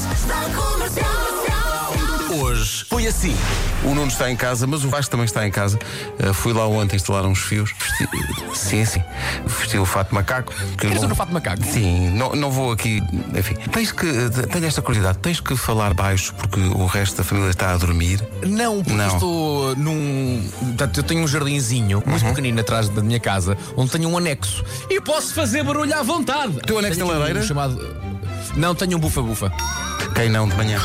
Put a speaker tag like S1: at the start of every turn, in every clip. S1: Manhãs da Comercial.
S2: Hoje foi assim. O Nuno está em casa, mas o Vasco também está em casa. Uh, fui lá ontem instalar uns fios. Vesti- Sim, sim. Vesti o fato de macaco. Que eu
S3: Queres
S2: não-
S3: no fato de macaco?
S2: Sim, não, não vou aqui. Enfim, tens que. eh, Tenho esta curiosidade. Tens que falar baixo porque o resto da família está a dormir.
S3: Não, porque
S2: Não.
S3: eu estou num. Portanto, eu tenho um jardinzinho muito
S2: Uhum.
S3: pequenino atrás da minha casa, onde tenho um anexo. E posso fazer barulho à vontade.
S2: Teu anexo
S3: Tenho
S2: tem
S3: aqui
S2: lareira?
S3: Um chamado... Não, tenho um bufa-bufa.
S2: Quem não de manhã?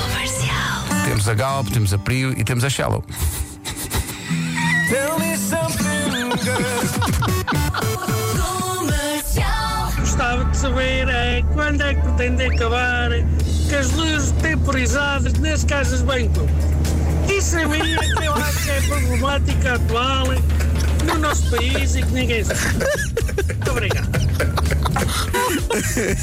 S2: Temos a Galp, temos a Prio e temos a Shallow.
S1: Comercial.
S4: Gostava de saber é quando é que pretende acabar com as luzes temporizadas nas casas de banco. Isso é minha que eu acho que é a problemática atual no nosso país e que ninguém sabe. Muito obrigado.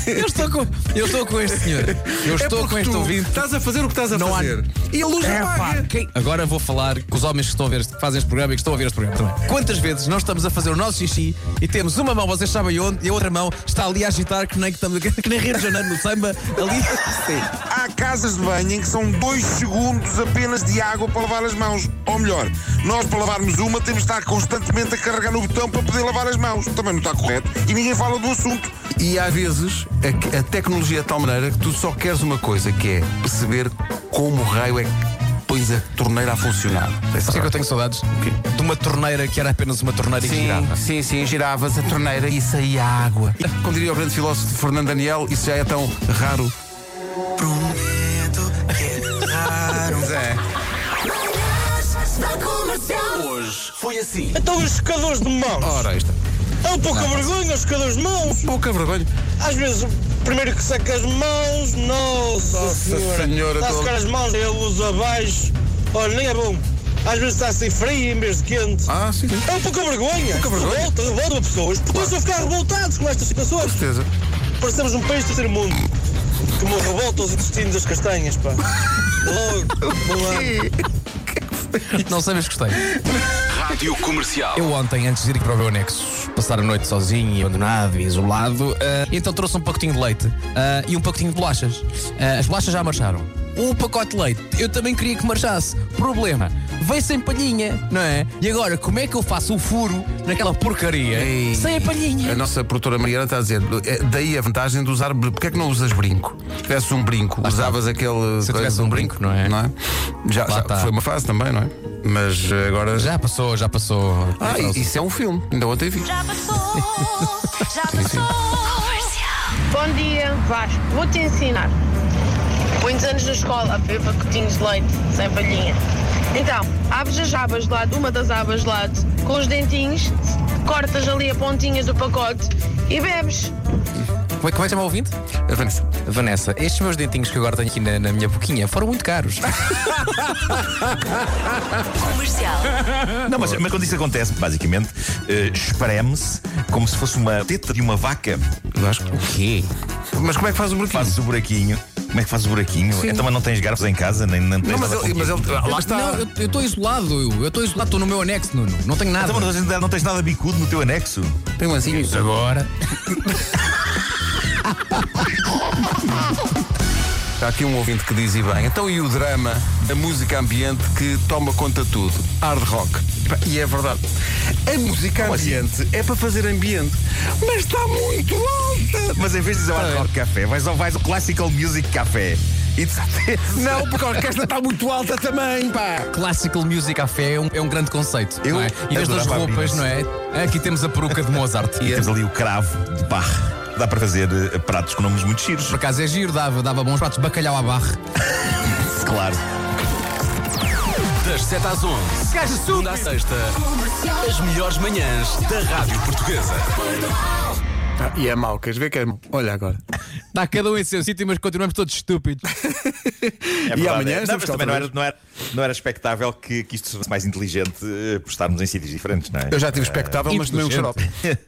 S3: Eu estou com, eu estou com este senhor. Eu estou com este ouvinte.
S2: É Estás a fazer o que estás a
S3: Não há-
S2: fazer. E a luz
S3: É, pá,
S2: apaga.
S3: quem- Agora vou falar com os homens que estão a ver, que fazem este programa e que estão a ver este programa também. Quantas vezes nós estamos a fazer o nosso xixi e temos uma mão, vocês sabem onde, e a outra mão está ali a agitar, que nem, que estamos, que nem Rio de Janeiro no samba, ali.
S5: Há casas de banho em que são dois segundos apenas de água para lavar as mãos. Ou melhor, nós para lavarmos uma temos de estar constantemente a carregar no botão para poder lavar as mãos. Também não está correto. E ninguém fala do assunto.
S2: E às vezes a, a tecnologia é de tal maneira que tu só queres uma coisa, que é perceber como o raio é que pões a torneira a funcionar. assim
S3: Sabe o que é que eu tenho saudades? De uma torneira que era apenas uma torneira que girava.
S2: sim, sim, giravas a torneira e saía a água. Como diria o grande filósofo Fernando Daniel, isso já é tão raro. é.
S1: Manhãs da Comercial.
S4: Então os secadores de mãos.
S2: Ora, isto.
S4: É um pouco vergonha os secadores de mãos.
S2: Pouca vergonha.
S4: Às vezes, primeiro que seca as mãos, nossa, senhora.
S2: senhora,
S4: está a
S2: tô-
S4: secar as mãos, eu uso abaixo. Olha, nem é bom. Às vezes está assim frio em vez de quente.
S2: Ah, sim, sim.
S4: É um pouco vergonha. Pouca
S2: vergonha.
S4: Revolta, revolta pessoas. Porque estão a ficar revoltados com estas situações.
S2: Certeza.
S4: Parecemos um país do terceiro mundo. Que me revolta os intestinos das castanhas, pá. Logo, bom ano.
S3: Não sei, mas gostei.
S6: Rádio Comercial.
S3: Eu ontem, antes de ir para o meu anexo, passar a noite sozinho e abandonado e isolado, ah, então trouxe um pacotinho de leite ah, e um pacotinho de bolachas. Ah, as bolachas já marcharam. O pacote de leite, eu também queria que marchasse. Problema, veio sem palhinha, não é? E agora, como é que eu faço o furo naquela porcaria
S2: Ei.
S3: sem a palhinha?
S2: A nossa produtora Mariana está a dizer, é, daí a vantagem de usar. br- Porquê é que não usas brinco? Se tivesses um brinco, usavas aquele.
S3: Se eu tivesse
S2: coisa-
S3: um brinco, não é?
S2: Não é? Já,
S3: Lá
S2: já
S3: está.
S2: foi uma fase também, não é? Mas eh, agora.
S3: Já passou, já passou.
S2: Ah, i- isso é um filme. Ainda ontem vi.
S1: Já passou, já passou. Comercial.
S7: Bom dia, Vasco. Vou-te ensinar. Muitos anos na escola a beber pacotinhos de leite sem palhinha. Então, abres as abas de lado, uma das abas de lado, com os dentinhos, cortas ali a pontinha do pacote e bebes.
S3: Como é que vai chamar o ouvinte?
S2: A Vanessa.
S3: Vanessa, estes meus dentinhos que eu agora tenho aqui na, na minha boquinha foram muito caros.
S1: Comercial.
S8: Não, mas, mas quando isso acontece, basicamente, eh, espreme-se como se fosse uma teta de uma vaca.
S2: Vasco. O quê? Mas como é que faz o buraquinho?
S8: Fazes o buraquinho. Como é que fazes o buraquinho? Então, mas não tens garfos em casa, nem, nem tens
S2: Não, mas
S8: nada
S2: ele,
S8: com
S2: mas
S8: que-
S2: ele- Lá está.
S3: Não, eu- eu estou isolado, eu- eu estou isolado, estou no meu anexo, Nuno. Não tenho nada.
S8: Então, mas não tens- não tens nada bicudo no teu anexo?
S2: Tem um assim.
S3: Agora.
S2: Há aqui um ouvinte que diz e bem. Então e o drama, a música ambiente que toma conta de tudo? Hard rock. Epá, E é verdade. A música ambiente é para fazer ambiente, mas está muito alta.
S8: Mas em vez de dizer
S2: É.
S8: hard rock café, vais ao, vais ao classical music café. E de certeza.
S2: Não, porque a orquestra está muito alta também, pá.
S3: Classical Music Café é um, é um grande conceito.
S8: Eu
S3: não é? E desde as
S8: adorava
S3: roupas,
S8: abrir
S3: não é? Aqui temos a peruca de Mozart.
S8: E é- temos ali o cravo de barro. Dá para fazer eh, pratos com nomes muito giros.
S3: Por acaso é giro, dava, dava bons pratos, bacalhau à barra.
S8: Claro. É
S6: Das 7 às 11.
S3: Gaja
S6: Segunda à sexta. As melhores manhãs da Rádio Portuguesa.
S2: e é mau, queres ver que é mau? Olha agora.
S3: Está cada um em seu sítio, mas continuamos todos estúpidos.
S8: É
S2: e
S8: verdade,
S2: amanhã
S8: é. não,
S2: estamos
S8: mas
S2: cá
S8: também
S2: outra vez.
S8: não era, não, era, não era expectável que, que isto fosse mais inteligente eh, por estarmos em sítios diferentes, não é?
S2: Eu já tive espectável, mas tomei um
S3: Inteligente.
S2: xarope.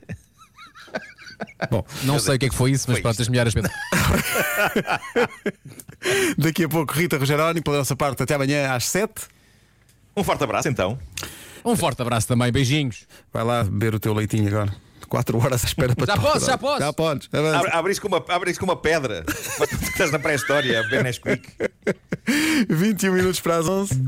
S3: Bom, não sei o que é que foi isso, mas
S8: Foi
S3: pronto,
S8: isto.
S3: as melhores vezes.
S2: Daqui a pouco, Rita Rogeroni, pela nossa parte, até amanhã às 7.
S8: Um forte abraço então.
S3: Um forte abraço também, beijinhos.
S2: Vai lá beber o teu leitinho agora. 4 horas à espera para
S3: Já
S2: te
S3: posso,
S2: acordar.
S3: já posso.
S2: Já podes. Avança.
S8: Abre, abre isso com uma, abre isso com uma pedra. Estás na pré-história, Ben Nesquik.
S2: 21 minutos para as 11.